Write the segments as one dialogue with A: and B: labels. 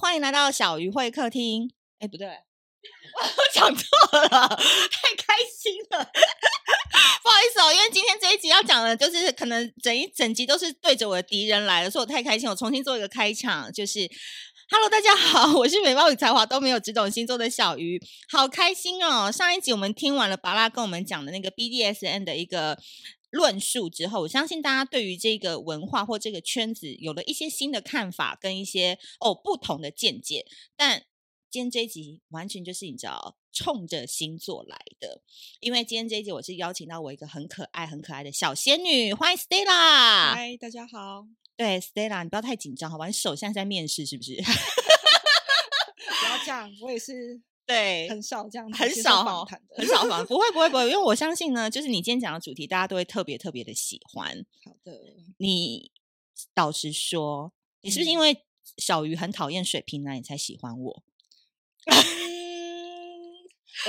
A: 欢迎来到小鱼会客厅。哎，不对， 我讲错了，太开心了。不好意思哦，因为今天这一集要讲的，就是可能整一整集都是对着我的敌人来的，所以我太开心。我重新做一个开场，就是 Hello，大家好，我是美貌与才华都没有，只懂星座的小鱼，好开心哦！上一集我们听完了巴拉跟我们讲的那个 BDSN 的一个论述之后，我相信大家对于这个文化或这个圈子有了一些新的看法跟一些哦不同的见解，但。今天这一集完全就是你知道冲着星座来的，因为今天这一集我是邀请到我一个很可爱、很可爱的小仙女，欢迎 Stella。
B: 嗨，大家好，
A: 对，Stella，你不要太紧张，好吧？你手现在在面试是不是？
B: 不要这样，我也是
A: 对
B: 很少这样子
A: 很
B: 接受
A: 少
B: 访
A: 哦
B: 谈的
A: 很。少访，不会不会不会，因为我相信呢，就是你今天讲的主题，大家都会特别特别的喜欢。
B: 好的，
A: 你老实说，你是不是因为小鱼很讨厌水瓶男，你才喜欢我？
B: 嗯，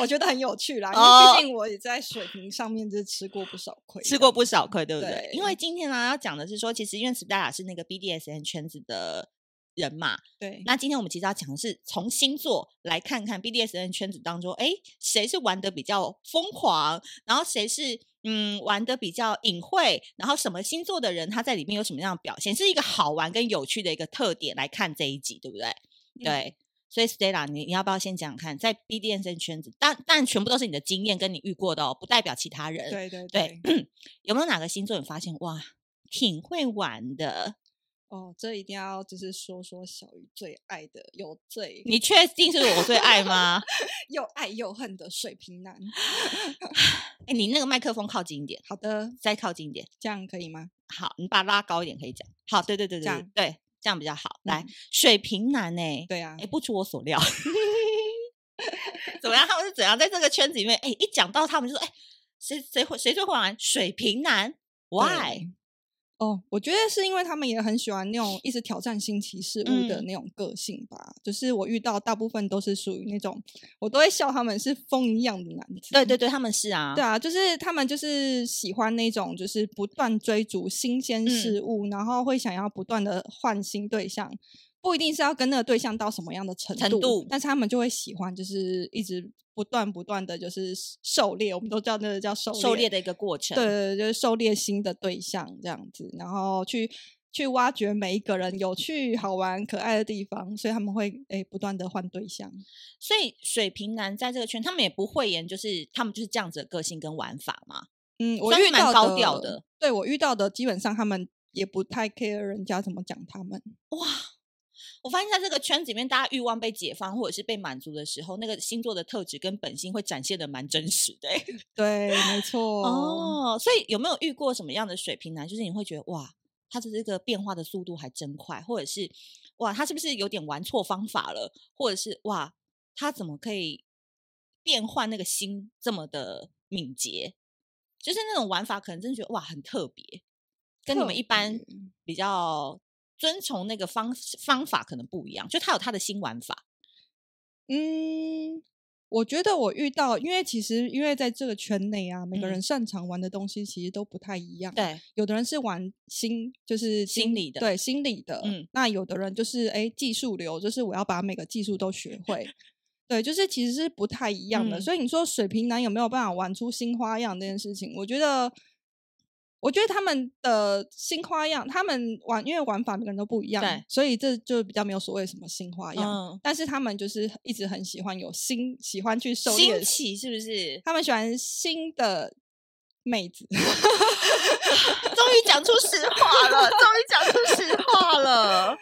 B: 我觉得很有趣啦，因为
A: 哦
B: 毕竟我也在水平上面就是吃过不少亏，
A: 吃过不少亏，对不嗯对？因为
B: 对
A: 今天呢、要讲的是说，其实因为 Stella 是那个 BDSN 圈子的人嘛，
B: 对，
A: 那今天我们其实要讲的是从星座来看看 BDSN 圈子当中，哎，谁是玩的比较疯狂，然后谁是嗯玩的比较隐晦，然后什么星座的人他在里面有什么样的表现，是一个好玩跟有趣的一个特点来看这一集，对不对？
B: 嗯
A: 对。所以 Stella，你你要不要先讲讲看，在 BDSN 圈子，但但全部都是你的经验跟你遇过的哦，不代表其他人。
B: 对对
A: 对，有没有哪个星座你发现哇，挺会玩的？
B: 哦，这一定要就是说说小鱼最爱的，有最
A: 你确定是我最爱 吗？
B: 又爱又恨的水瓶男。
A: 哎、你那个麦克风靠近一点，
B: 好的，
A: 再靠近一点。
B: 这样可以吗？
A: 好，你把它拉高一点，可以讲。好，对对对
B: 这
A: 对
B: 样
A: 对，这样比较好。来
B: 嗯，
A: 水瓶男呢、欸？
B: 对啊
A: 哎、，不出我所 料。怎么样？他们是怎样在这个圈子里面？哎、一讲到他们就说，哎、谁谁会谁最会玩水瓶男？Why？
B: 对哦，我觉得是因为他们也很喜欢那种一直挑战新奇事物的
A: 嗯
B: 那种个性吧。就是我遇到大部分都是属于那种，我都会笑他们是风一样的男子。
A: 对对对，他们是啊。
B: 嗯对啊，就是他们就是喜欢那种就是不断追逐新鲜
A: 嗯
B: 事物，然后会想要不断的换新对象，不一定是要跟那个对象到什么样的程度，
A: 程度
B: 但是他们就会喜欢就是一直不断不断的就是狩猎，我们都知道那个叫狩猎，
A: 狩猎的一个过程。
B: 对对，对就是狩猎新的对象这样子，然后去。去挖掘每一个人有趣、好玩、可爱的地方，所以他们会诶、不断的换对象。
A: 所以水瓶男在这个圈，他们也不会言，就是他们就是这样子的个性跟玩法嘛。
B: 嗯，我
A: 算是
B: 遇
A: 蛮
B: 到
A: 高调的
B: 对我遇到的基本上他们也不太 care 人家怎么讲他们，
A: 我发现在这个圈子里面，大家欲望被解放或者是被满足的时候，那个星座的特质跟本性会展现的蛮真实的欸、
B: 对，没 错，
A: 哦，所以有没有遇过什么样的水瓶男？就是你会觉得哇，他的这个变化的速度还真快，或者是哇，他是不是有点玩错方法了？或者是哇，他怎么可以变换那个心这么的敏捷？就是那种玩法，可能真的觉得哇，很特别，跟你
B: 特
A: 们一般
B: 别
A: 比较遵从那个方方法可能不一样，就他有他的新玩法。
B: 嗯，我觉得我遇到，因为其实因为在这个圈内啊，每个
A: 嗯
B: 人擅长玩的东西其实都不太一样，，
A: 对，
B: 有的人是玩心，就是
A: 心理的
B: 对心理的。
A: 嗯
B: 那有的人就是哎技术流，就是我要把每个技术都学会。 对，就是其实是不太一样的。
A: 嗯
B: 所以你说水瓶男有没有办法玩出新花样这件事情，我觉得。我觉得他们的新花样，他们玩因为玩法每个人都不一样
A: 对，
B: 所以这就比较没有所谓什么新花样。
A: 嗯，
B: 但是他们就是一直很喜欢有新，喜欢去狩
A: 新，
B: 猎
A: 奇是不是？
B: 他们喜欢新的妹子。
A: 终于讲出实话了，终于讲出实话了。嗯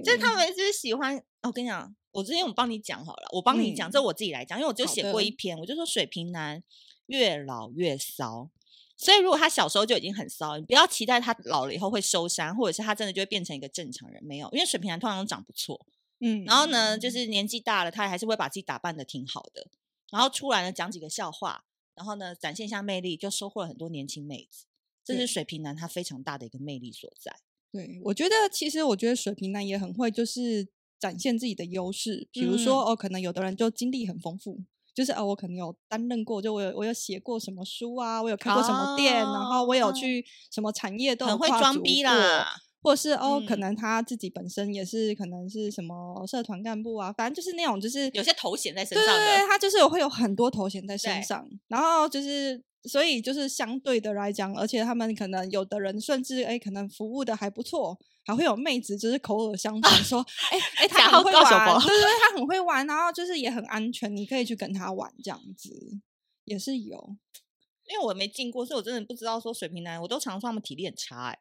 A: 就是他们就是喜欢，哦我跟你讲，我之前我帮你讲好了，我帮你讲，这我自己来讲，因为我就
B: 好
A: 写过一
B: 的
A: 篇，我就说水瓶男越老越骚。所以，如果他小时候就已经很骚，你不要期待他老了以后会收山，或者是他真的就会变成一个正常人。没有，因为水瓶男通常都长不错，
B: 嗯，
A: 然后呢，就是年纪大了，他还是会把自己打扮的挺好的，然后出来呢讲几个笑话，然后呢展现一下魅力，就收获了很多年轻妹子。这是
B: 对
A: 水瓶男他非常大的一个魅力所在。
B: 对，我觉得其实我觉得水瓶男也很会，就是展现自己的优势。比如
A: 嗯
B: 说、哦，可能有的人就经历很丰富，就是哦，我可能有担任过，就我有我有写过什么书啊，我有开过什么店，然后我有
A: 哦
B: 去什么产业都
A: 很
B: 有
A: 会
B: 跨
A: 装
B: 足
A: 逼
B: 过
A: 啦。
B: 或者是哦，可
A: 嗯
B: 能他自己本身也是可能是什么社团干部啊，反正就是那种就是
A: 有些头衔在身
B: 对
A: 上
B: 对对，
A: 的，
B: 他就是有会有很多头衔在身
A: 对
B: 上，然后就是所以就是相对的来讲，而且他们可能有的人甚至哎，可能服务的还不错，还会有妹子就是口耳相传说，哎 哎，
A: 假
B: 他
A: 号
B: 很
A: 啊
B: 会
A: 高手
B: 玩，
A: 包
B: 对对对， 他很会玩，然后就是也很安全，你可以去跟他玩这样子，也是有。
A: 因为我没进过，所以我真的不知道说水瓶男，我都常说他们体力很差、欸，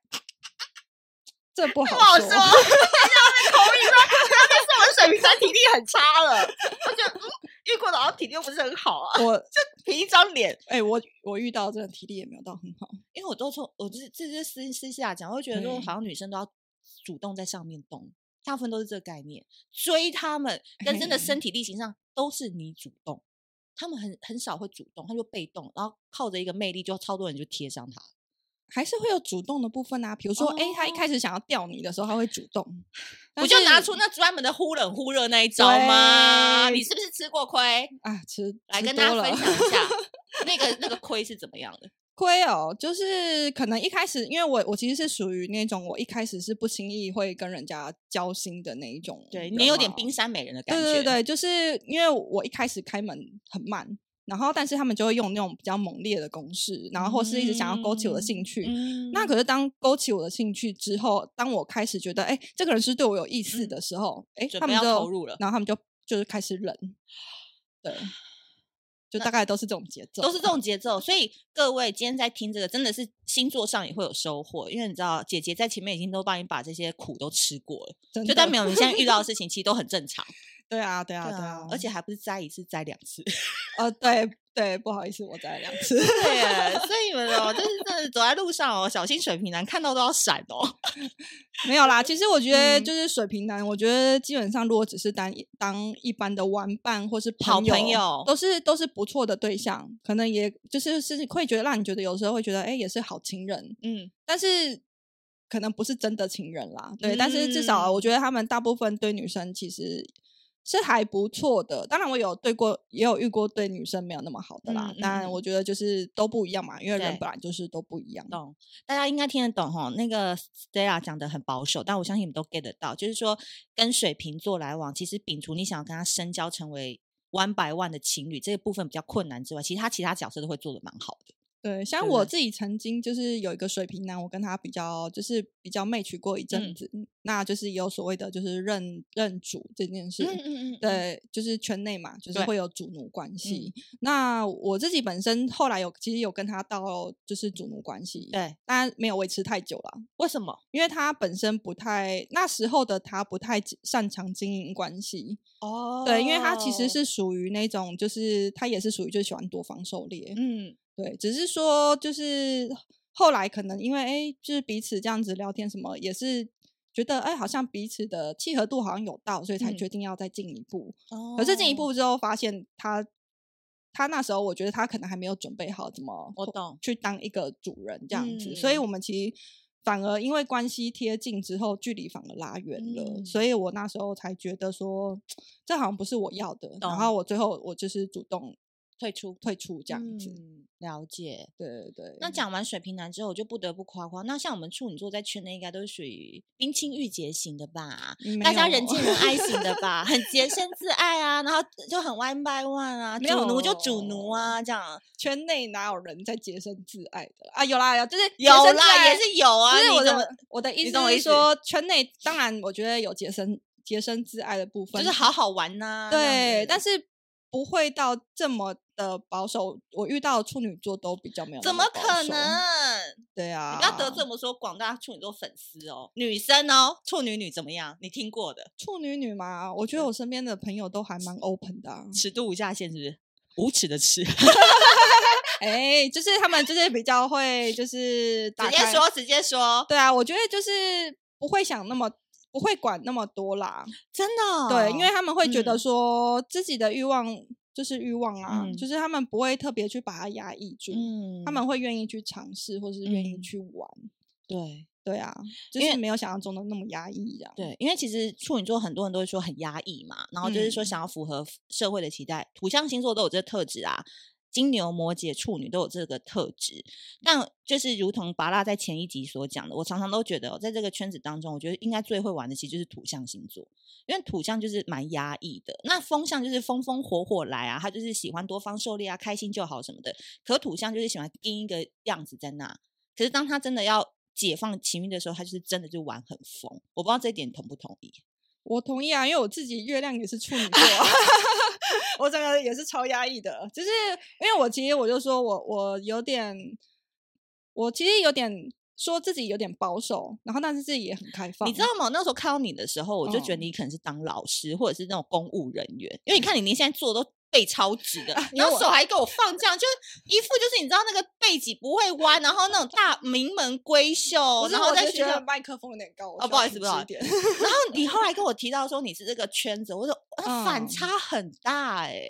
B: 这不
A: 不好
B: 好
A: 说。 口语说，他们说我们水瓶男体力很差了，我觉得、嗯、遇过的好像体力又不是很好 啊，
B: 我
A: 凭一张脸，
B: 哎、我我遇到真的体力也没有到很好，
A: 因为我都说，我就是这就是私私下讲，我会觉得说，
B: 对
A: 好像女生都要主动在上面动，大部分都是这个概念。追他们跟真的身 体力行上都是你主动，他们很很少会主动，他就被动，然后靠着一个魅力就超多人就贴上他。
B: 还是会有主动的部分啊。比如说，哎、他一
A: 哦
B: 开始想要钓你的时候，他会主动，
A: 我
B: 但
A: 就拿
B: 是
A: 出那专门的忽冷忽热那一招吗？你
B: 对
A: 是不是吃过亏？
B: 啊，吃
A: 来
B: 吃
A: 跟大
B: 多
A: 家分
B: 了
A: 享一 下那个那个亏是怎么样的？
B: 亏哦，就是可能一开始，因为我我其实是属于那种我一开始是不轻易会跟人家交心的那一种人
A: 对
B: 嘛，
A: 你有点冰山美人的感
B: 对
A: 觉，
B: 对对，就是因为我一开始开门很慢，然后但是他们就会用那种比较猛烈的攻势，然后或是一直想要勾起我的兴趣。
A: 嗯，
B: 那可是当勾起我的兴趣之后，当我开始觉得哎、这个人是对我有意思的时候，哎、
A: 嗯准
B: 他
A: 备要
B: 们就
A: 投入了
B: 然后他们就就是开始冷，对，就大概都是这种节奏，
A: 都是这种节奏。所以各位今天在听这个，真的是星座上也会有收获，因为你知道姐姐在前面已经都帮你把这些苦都吃过了，
B: 真
A: 就
B: 的
A: 代表你现在遇到的 事情其实都很正常。
B: 对啊对啊对啊
A: 啊，，而且还不是摘一次摘两次。
B: 呃，对对，不好意思，我再来两次。
A: 对耶，所以你们 哦，就是真的走在路上哦，小心水瓶男，看到都要闪哦。
B: 没有啦，其实我觉得
A: 嗯
B: 就是水平男，我觉得基本上如果只是当一当一般的玩伴或是
A: 好朋友
B: 都是都是不错的对象，可能也就是是会觉得让你觉得有时候会觉得哎、也是好情人，
A: 嗯，
B: 但是可能不是真的情人啦。对，但是至
A: 嗯
B: 少我觉得他们大部分对女生其实。是还不错的，当然我有对过，也有遇过对女生没有那么好的啦
A: 嗯。嗯
B: 但
A: 嗯
B: 我觉得就是都不一样嘛，因为人
A: 对
B: 本来就是都不一样。
A: 懂，大家应该听得懂哈。那个 Stella 讲的很保守，但我相信你们都 get 得到，就是说跟水瓶座来往，其实摒除你想要跟他深交成为 one by one 的情侣这个部分比较困难之外，其实他其他角色都会做的蛮好的。
B: 对，像
A: 对不
B: 我
A: 对
B: 自己曾经就是有一个水瓶男，我跟他比较就是比较 match 过一阵
A: 嗯
B: 子，那就是有所谓的就是认认主这件事。
A: 嗯嗯，
B: 对，就是圈内嘛，就是
A: 对嗯
B: 会有主奴关系。那我自己本身后来有，其实有跟他到就是主奴关系，
A: 对，
B: 但没有维持太久了，
A: 为什么？
B: 因为他本身不太那时候的他不太擅长经营关系，
A: 哦
B: 对，因为他其实是属于那种就是他也是属于就喜欢多方狩猎，
A: 嗯，
B: 对，只是说就是后来可能因为哎、诶就是彼此这样子聊天什么，也是觉得哎、诶好像彼此的契合度好像有到，所以才
A: 嗯
B: 决定要再进一步。可是进一
A: 哦，
B: 步之后，发现他他那时候我觉得他可能还没有准备好怎么
A: 我
B: 或
A: 懂嗯
B: 去当一个主人这样子，所以我们其实。反而因为关系贴近之后，距离反而拉远了，
A: 嗯
B: 所以我那时候才觉得说，这好像不是我要的。然
A: 懂
B: 后我最后我就是主动
A: 退出
B: 退出这样子。
A: 嗯了解。
B: 对对对，
A: 那讲完水瓶男之后，我就不得不夸夸。那像我们处女座在圈内应该都是属于冰清玉洁型的吧？
B: 没
A: 大家
B: 有
A: 人见人爱型的吧，很洁身自爱啊，然后就很 one by one 啊，
B: 没
A: 主奴就主奴
B: 有
A: 啊，这样
B: 圈内哪有人在洁身自爱的啦啊？有啦有，就是洁
A: 有
B: 身自
A: 啦，
B: 爱
A: 也是有啊。
B: 不是
A: 你
B: 我
A: 怎么
B: 的我的意
A: 懂我
B: 思
A: 意
B: 是
A: 思
B: 说，圈内当然我觉得有洁身洁身自爱的部分，
A: 就是好啊好玩呐、
B: 对，但
A: 是
B: 是不会到这么的保守。我遇到的处女座都比较没有，
A: 怎么可能？？
B: 对啊，
A: 你不要得罪我们说广大处女座粉丝哦，女生哦，处女女怎么样？你听过的，
B: 处女女嘛。我觉得我身边的朋友都还蛮 open 的、啊
A: 尺度无下限是不是？无耻的尺，直
B: 哎、就是他们就是比较会就是打
A: 接
B: 开
A: 说，直接说，
B: 对啊，我觉得就是不会想那么不会管那么多啦。
A: 真的哦、
B: 对，因为他们会觉得
A: 嗯
B: 说自己的欲望就是欲望啊，
A: 嗯
B: 就是他们不会特别去把它压抑住，
A: 嗯
B: 他们会愿意去尝试，或是愿意
A: 嗯
B: 去玩。
A: 对
B: 对啊，就
A: 因
B: 是
A: 为
B: 没有想象中的那么压抑这样。
A: 对，因为其实处女座很多人都会说很压抑嘛，然后就是说
B: 嗯
A: 想要符合社会的期待，土象星座都有这个特质啊。金牛、摩羯、处女都有这个特质。但就是如同拔拉在前一集所讲的，我常常都觉得、哦，在这个圈子当中，我觉得应该最会玩的其实就是土象星座，因为土象就是蛮压抑的。那风象就是风风火火来啊，他就是喜欢多方狩猎啊，开心就好什么的。可土象就是喜欢盯一个样子在那，可是当他真的要解放情欲的时候，他就是真的就玩很疯。我不知道这一点同不同意。
B: 我同意啊，因为我自己月亮也是处女 座啊，我整个也是超压抑的。就是因为我其实我就说我我有点，我其实有点说自己有点保守，然后但是自己也很开放。嗯
A: 你知道吗？那时候看到你的时候，我就觉得你可能是当老师、或者是那种公务人员，因为你看你连现在做的都背超直的，
B: 啊因为
A: 然后
B: 我
A: 手还给我放这样，就是一副就是你知道那个背脊不会弯，然后那种大名门闺秀，
B: 不是
A: 哦然后
B: 我
A: 在
B: 就
A: 学
B: 觉
A: 校
B: 得麦克风有点高
A: 哦不好意思不好意思
B: 点。
A: 然后 你后来跟我提到说你是这个圈子，我说、啊、反
B: 嗯
A: 差很大哎、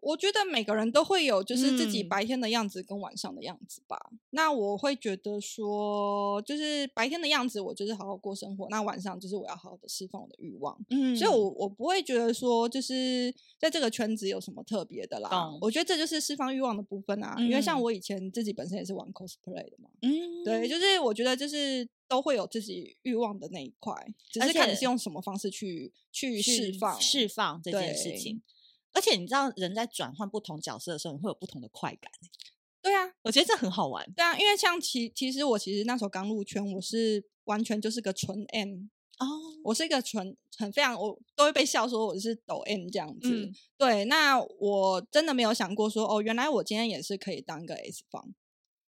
B: 我觉得每个人都会有，就是自己
A: 嗯
B: 白天的样子跟晚上的样子吧。那我会觉得说，就是白天的样子，我就是好好过生活；那晚上就是我要好好的释放我的欲望。
A: 嗯
B: 所以我我不会觉得说，就是在这个圈子有什么特别的啦
A: 懂。
B: 我觉得这就是释放欲望的部分啊。因为像
A: 嗯
B: 我以前自己本身也是玩 cosplay 的嘛，
A: 嗯
B: 对，就是我觉得就是都会有自己欲望的那一块，只
A: 而
B: 是看你
A: 且
B: 是用什么方式去去释
A: 去
B: 放
A: 释放这件事
B: 对
A: 情。而且你知道，人在转换不同角色的时候，你会有不同的快感。
B: 对啊，
A: 我觉得这很好玩
B: 对啊，因为像其其实我其实那时候刚入圈，我是完全就是个纯 M，
A: 哦。
B: 我是一个纯很非常，我都会被笑说我是抖 M 这样子。
A: 嗯
B: 对，那我真的没有想过说哦，原来我今天也是可以当一个 S 方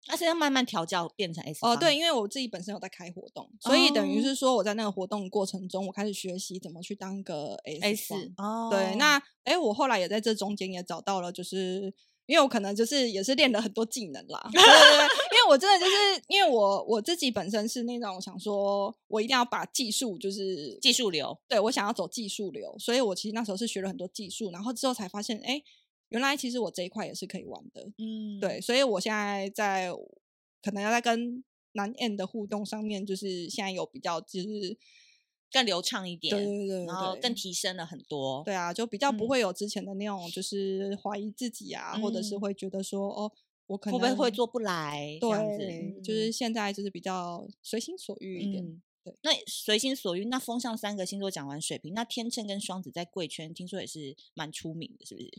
A: 而且要慢慢调教变成 S
B: 哦、
A: 方
B: 对，，因为我自己本身有在开活动，所以等于
A: 啊哦
B: 是说我在那个活动过程中，我开始学习怎么去当一个 S 方。
A: S 哦，
B: 对，那哎、诶我后来也在这中间也找到了，就是因为我可能就是也是练了很多技能啦，对对对，因为我真的就是因为我我自己本身是那种想说，我一定要把技术就是
A: 技术流
B: 对我想要走技术流，所以我其实那时候是学了很多技术，然后之后才发现，哎、原来其实我这一块也是可以玩的，
A: 嗯
B: 对，所以我现在在可能要在跟男 N 的互动上面，就是现在有比较就是
A: 更流畅一
B: 对对
A: 点，
B: 对对，
A: 然后
B: 对
A: 更提升了很多。
B: 对啊，就比较不
A: 嗯
B: 会有之前的那种，就是怀疑自己啊，或者是
A: 嗯
B: 会觉得说，哦，我可
A: 会
B: 能
A: 不会会做不来？这样子
B: 对，就是现在就是比较随心所欲一点。
A: 嗯
B: 对。
A: 那随心所欲，那风象三个星座讲完水瓶，那天秤跟双子在贵圈听说也是蛮出名的，是不是？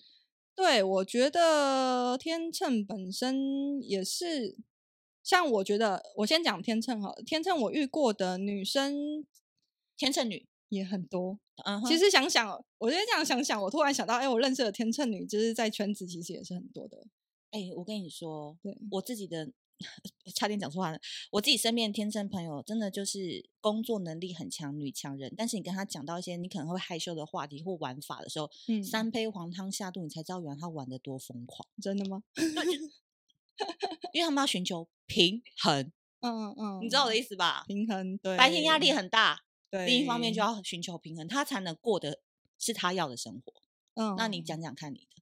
B: 对，我觉得天秤本身也是，像我觉得我先讲天秤好了，天秤我遇过的女生
A: 天秤女，
B: 也很多。
A: 嗯哼，
B: 其实想想哦，我觉得这样想想，我突然想到，哎，我认识的天秤女就是在圈子其实也是很多的。
A: 哎、我跟你说，
B: 对，
A: 我自己的差点讲错话了。我自己身边的天生朋友，真的就是工作能力很强，女强人。但是你跟她讲到一些你可能会害羞的话题或玩法的时候，
B: 嗯，
A: 三杯黄汤下肚，你才知道原来她玩的多疯狂，
B: 真的吗？
A: 因为他们要寻求平衡，
B: 嗯嗯，
A: 你知道我的意思吧？
B: 平衡对，
A: 白天压力很大，
B: 对，
A: 另一方面就要寻求平衡，她才能过得是她要的生活。
B: 嗯，
A: 那你讲讲看你的，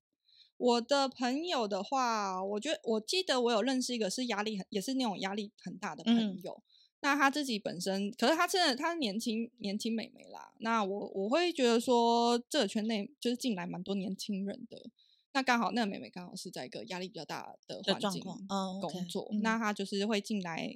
B: 我的朋友的话，我觉得我记得我有认识一个是压力很，也是那种压力很大的
A: 嗯
B: 朋友。那他自己本身，可是他真的他是年轻年轻美眉啦。那我我会觉得说，这个圈内就是进来蛮多年轻人的。那刚好那个妹妹刚好是在一个压力比较大的
A: 的
B: 环
A: 状
B: 境
A: 况哦，OK，
B: 工作，
A: 嗯
B: 那她就是会进来，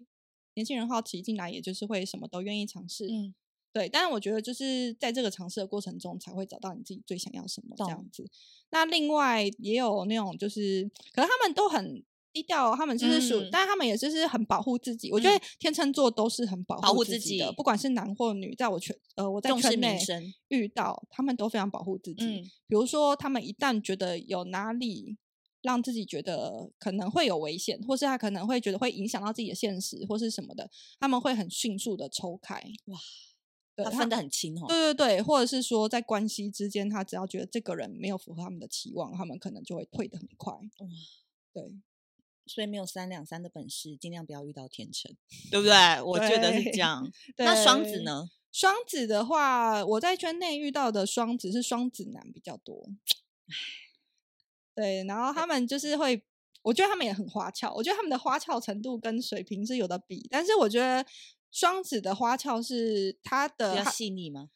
B: 年轻人好奇进来，也就是会什么都愿意尝试。
A: 嗯，
B: 对，但是我觉得就是在这个尝试的过程中，才会找到你自己最想要什么这样
A: 懂
B: 子。那另外也有那种就是，可是他们都很低调哦，他们就是属，
A: 嗯
B: 但他们也就是很保护自己。我觉
A: 嗯
B: 得天秤座都是很保
A: 保护
B: 护
A: 自
B: 己的，
A: 己
B: 不管是男或女，在我圈呃我在
A: 重视
B: 圈
A: 民
B: 内
A: 生，
B: 遇到，他们都非常保护自己。
A: 嗯
B: 比如说，他们一旦觉得有哪里让自己觉得可能会有危险，或是他可能会觉得会影响到自己的现实或是什么的，他们会很迅速的抽开。
A: 哇，
B: 对，
A: 她分得很清哦。
B: 对对对，或者是说在关系之间，他只要觉得这个人没有符合他们的期望，他们可能就会退得很快。
A: 哇，
B: 对，
A: 所以没有三两三的本事，尽量不要遇到天秤，对不对？我觉得是这
B: 对
A: 样。那双子
B: 对？
A: 呢？
B: 双子的话，我在圈内遇到的双子是双子男比较多。对，然后他们就是会，我觉得他们也很花俏，我觉得他们的花俏程度跟水平是有的比，但是我觉得双子的花俏是他
A: 比
B: 的
A: 较
B: 他
A: 细腻吗？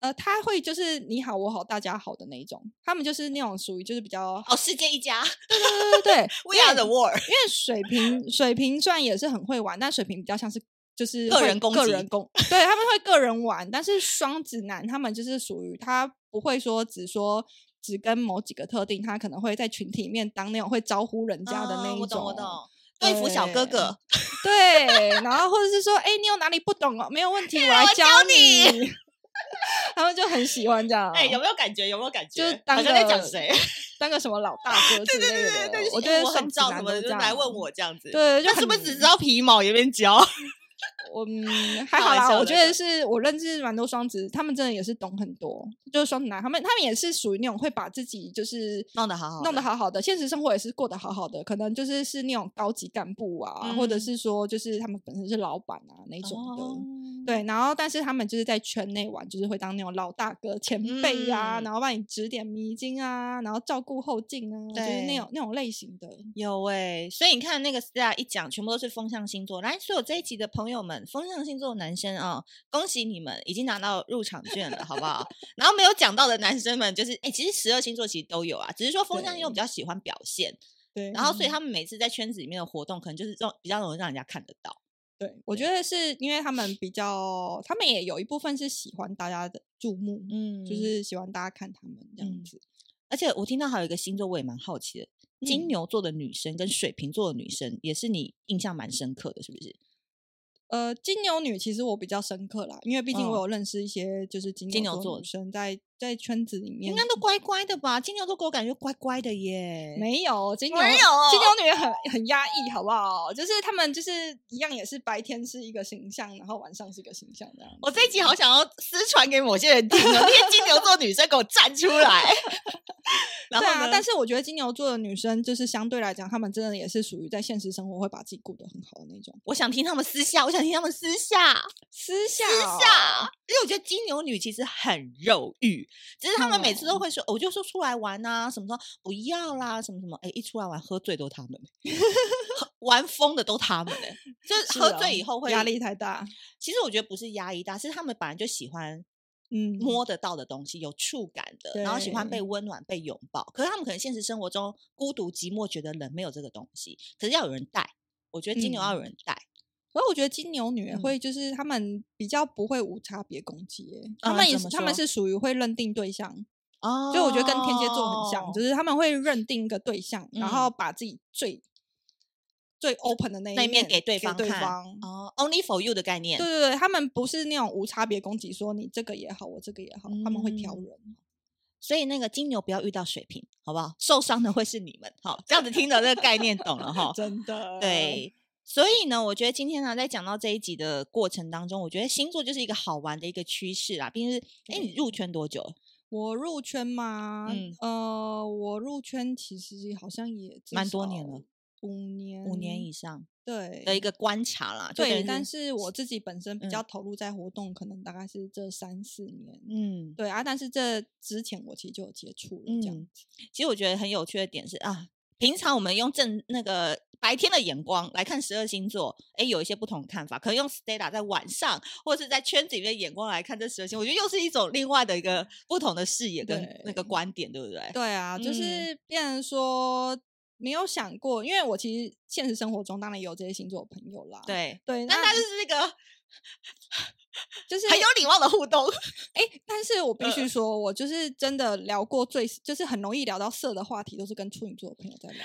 B: 呃，他会就是你好我好大家好的那一种，他们就是那种属于就是比较
A: 哦，世界一家
B: 对对对
A: ，We are the
B: 因为
A: world，
B: 因为水瓶水瓶虽然也是很会玩，但水瓶比较像是就是
A: 个
B: 会
A: 人攻
B: 个
A: 击
B: 人攻，对他们会个人玩，但是双子男他们就是属于他不会说只说只跟某几个特定，他可能会在群体里面当那种会招呼人家的那
A: 嗯
B: 一
A: 我懂
B: 种，
A: 我懂。对付小哥
B: 对
A: 哥，
B: 对，然后或者是说，哎、你有哪里不懂哦？没有 问题，我来
A: 我
B: 教
A: 教你
B: 你。 他们就很喜欢这样，
A: 哎、有没有感觉？有没有感觉？
B: 就是
A: 好
B: 当
A: 像在
B: 个
A: 讲谁？
B: 当个什么老大 哥之类的。
A: 就是
B: 我
A: 哎
B: 觉得
A: 我
B: 双
A: 很
B: 子
A: 照什
B: 男
A: 么
B: 都
A: 的，
B: 这
A: 就
B: 样
A: 来问。我这样子。，
B: 对，就
A: 他是不是
B: 很
A: 只知道皮毛也边教？
B: 我 嗯，
A: 开
B: 还好
A: 玩
B: 啦，
A: 笑
B: 我
A: 的
B: 觉得是我认识蛮多双子，他们真的也是懂很多，就是双子男，他们他们也是属于那种会把自己就是
A: 弄得好好
B: 弄
A: 的
B: 得好好的，现实生活也是过得好好的，可能就是是那种高级干部啊，或
A: 嗯
B: 者
A: 哦
B: 是说就是他们本身是老板啊那种的。对，然后但是他们就是在圈内玩，就是会当那种老大哥、前辈啊，
A: 嗯
B: 然后帮你指点迷津啊，然后照顾后进啊，就是
A: 对
B: 那种那种类型的。
A: 有哎、所以你看那个 Star 一讲，全部都是风象星座。来，所有这一集的朋友们，风象星座的男生啊、恭喜你们已经拿到入场券了，好不好？然后没有讲到的男生们，就是哎、其实十二星座其实都有啊，只是说风象星座比较喜欢表现，
B: 对，
A: 然后所以他们每次在圈子里面的活动，可能就是这种比较容易让人家看得到。
B: 对，我觉得是因为他们比较，他们也有一部分是喜欢大家的注目，
A: 嗯
B: 就是喜欢大家看他们这样
A: 嗯
B: 子。
A: 而且我听到还有一个星座，我也蛮好奇的，金
B: 嗯
A: 牛座的女生跟水瓶座的女生，也是你印象蛮深刻的，是不是？
B: 呃，金牛女其实我比较深刻啦，因为毕竟我
A: 嗯
B: 有认识一些就是金
A: 金牛座
B: 牛座女
A: 的
B: 生在在圈子里面，
A: 应该都乖乖的吧？金牛座给我感觉乖乖的耶，
B: 没有金牛，
A: 没有
B: 金牛女很很压抑，好不好？就是他们就是一样，也是白天是一个形象，然后晚上是一个形象这样子。
A: 我这一集好想要私传给某些人 听哦，那些金牛座女生给我站出来。然
B: 对
A: 后
B: 啊
A: 呢，？
B: 但是我觉得金牛座的女生就是相对来讲，她们真的也是属于在现实生活会把自己顾得很好的那种。
A: 我想听他们私下，我想听他们私下
B: 私下
A: 私
B: 哦
A: 下，因为我觉得金牛女其实很肉欲，只是他们每次都
B: 嗯
A: 会说，哦我就说出来玩啊，什么什么不要啦，什么什么，哎，一出来玩喝醉都 他们，喝玩疯的都他们哎， 就是
B: 是
A: 喝
B: 啊
A: 醉以后会
B: 压力。太大，
A: 其实我觉得不是压抑大，是他们本来就喜欢
B: 嗯，
A: 摸得到的东西，有触感的，然后喜欢被
B: 对
A: 温暖、被拥抱。可是他们可能现实生活中孤独、寂寞，觉得冷，没有这个东西。可是要有人带，我觉得金牛要有
B: 嗯
A: 人带，
B: 可是我觉得金牛女也
A: 嗯
B: 会就是她们比较不会无差别攻击耶，她
A: 嗯
B: 们也
A: 怎
B: 是
A: 么
B: 她们
A: 说
B: 是属于会认定对象，
A: 哦
B: 所以我觉得跟天蝎座很像，就是是他们会认定一个对象，
A: 嗯
B: 然后把自己最最 open 的那
A: 那一
B: 一
A: 面给对
B: 对
A: 方
B: 对
A: 看
B: 方
A: 哦，only for you 的概念。
B: 对对对，他们不是那种无差别攻击，说你这个也好，我这个也好，他们会挑
A: 嗯
B: 人。。
A: 所以那个金牛不要遇到水瓶，好不好？受伤的会是你们，好，这样子听的那个概念懂了哈
B: 真的，
A: 对，所以呢，我觉得今天呢，在讲到这一集的过程当中，我觉得星座就是一个好玩的一个趋势啦。毕竟是，哎、你入圈多久了？
B: 我入圈嘛，
A: 嗯
B: 呃，我入圈其实好像也至
A: 蛮多年了
B: 少五年，
A: 五年以上
B: 对
A: 的一个观察啦。就等
B: 嗯对，
A: 于
B: 但是我自己本身比
A: 嗯
B: 较投入在活动，可能大概是这三四年。
A: 嗯，
B: 对啊，但是这之前我其实就有接触了，这样
A: 嗯其实我觉得很有趣的点是啊，平常我们用正那个白天的眼光来看十二星座，哎，有一些不同的看法。可能用 Stella 在晚上或者是在圈子里面的眼光来看这十二星，我觉得又是一种另外的一个不同的视野跟那个
B: 对
A: 观点，对不对？
B: 对啊，就
A: 嗯
B: 是变成说没有想过，因为我其实现实生活中当然也有这些星座的朋友啦。
A: 对。
B: 对，
A: 但
B: 啊那
A: 它就是一个
B: 就是
A: 很有礼貌的互动，
B: 哎、但是我必须
A: 呃
B: 说，我就是真的聊过最就是很容易聊到色的话题，都是跟处女座的朋友在聊。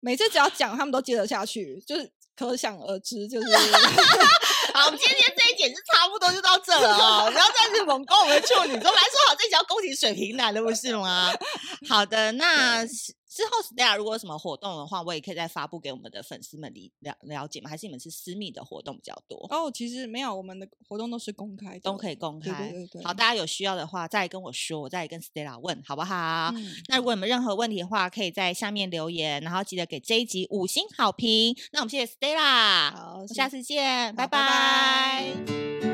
B: 每次只要讲，他们都接得下去，就是可想而知，就是
A: 好，我们今天这一节是差不多就到这了哦，不要再次 猛攻我们的处女座。本来说好这一集要攻击水瓶男的，不是 吗？好的，那是之后 Stella 如果有什么活动的话，我也可以再发布给我们的粉丝们理了了解吗？还是你们是私密的活动比较多，
B: 哦，其实没有，我们的活动都是公开的，
A: 都可以公
B: 对
A: 开
B: 对对对，
A: 好，大家有需要的话再跟我说，我再跟 Stella 问好不好？
B: 嗯
A: 那如果你们任何问题的话，可以在下面留言，然后记得给这一集五星好评。那我们谢谢 Stella，
B: 好
A: 我下次见，
B: 好
A: 拜
B: 拜拜
A: 拜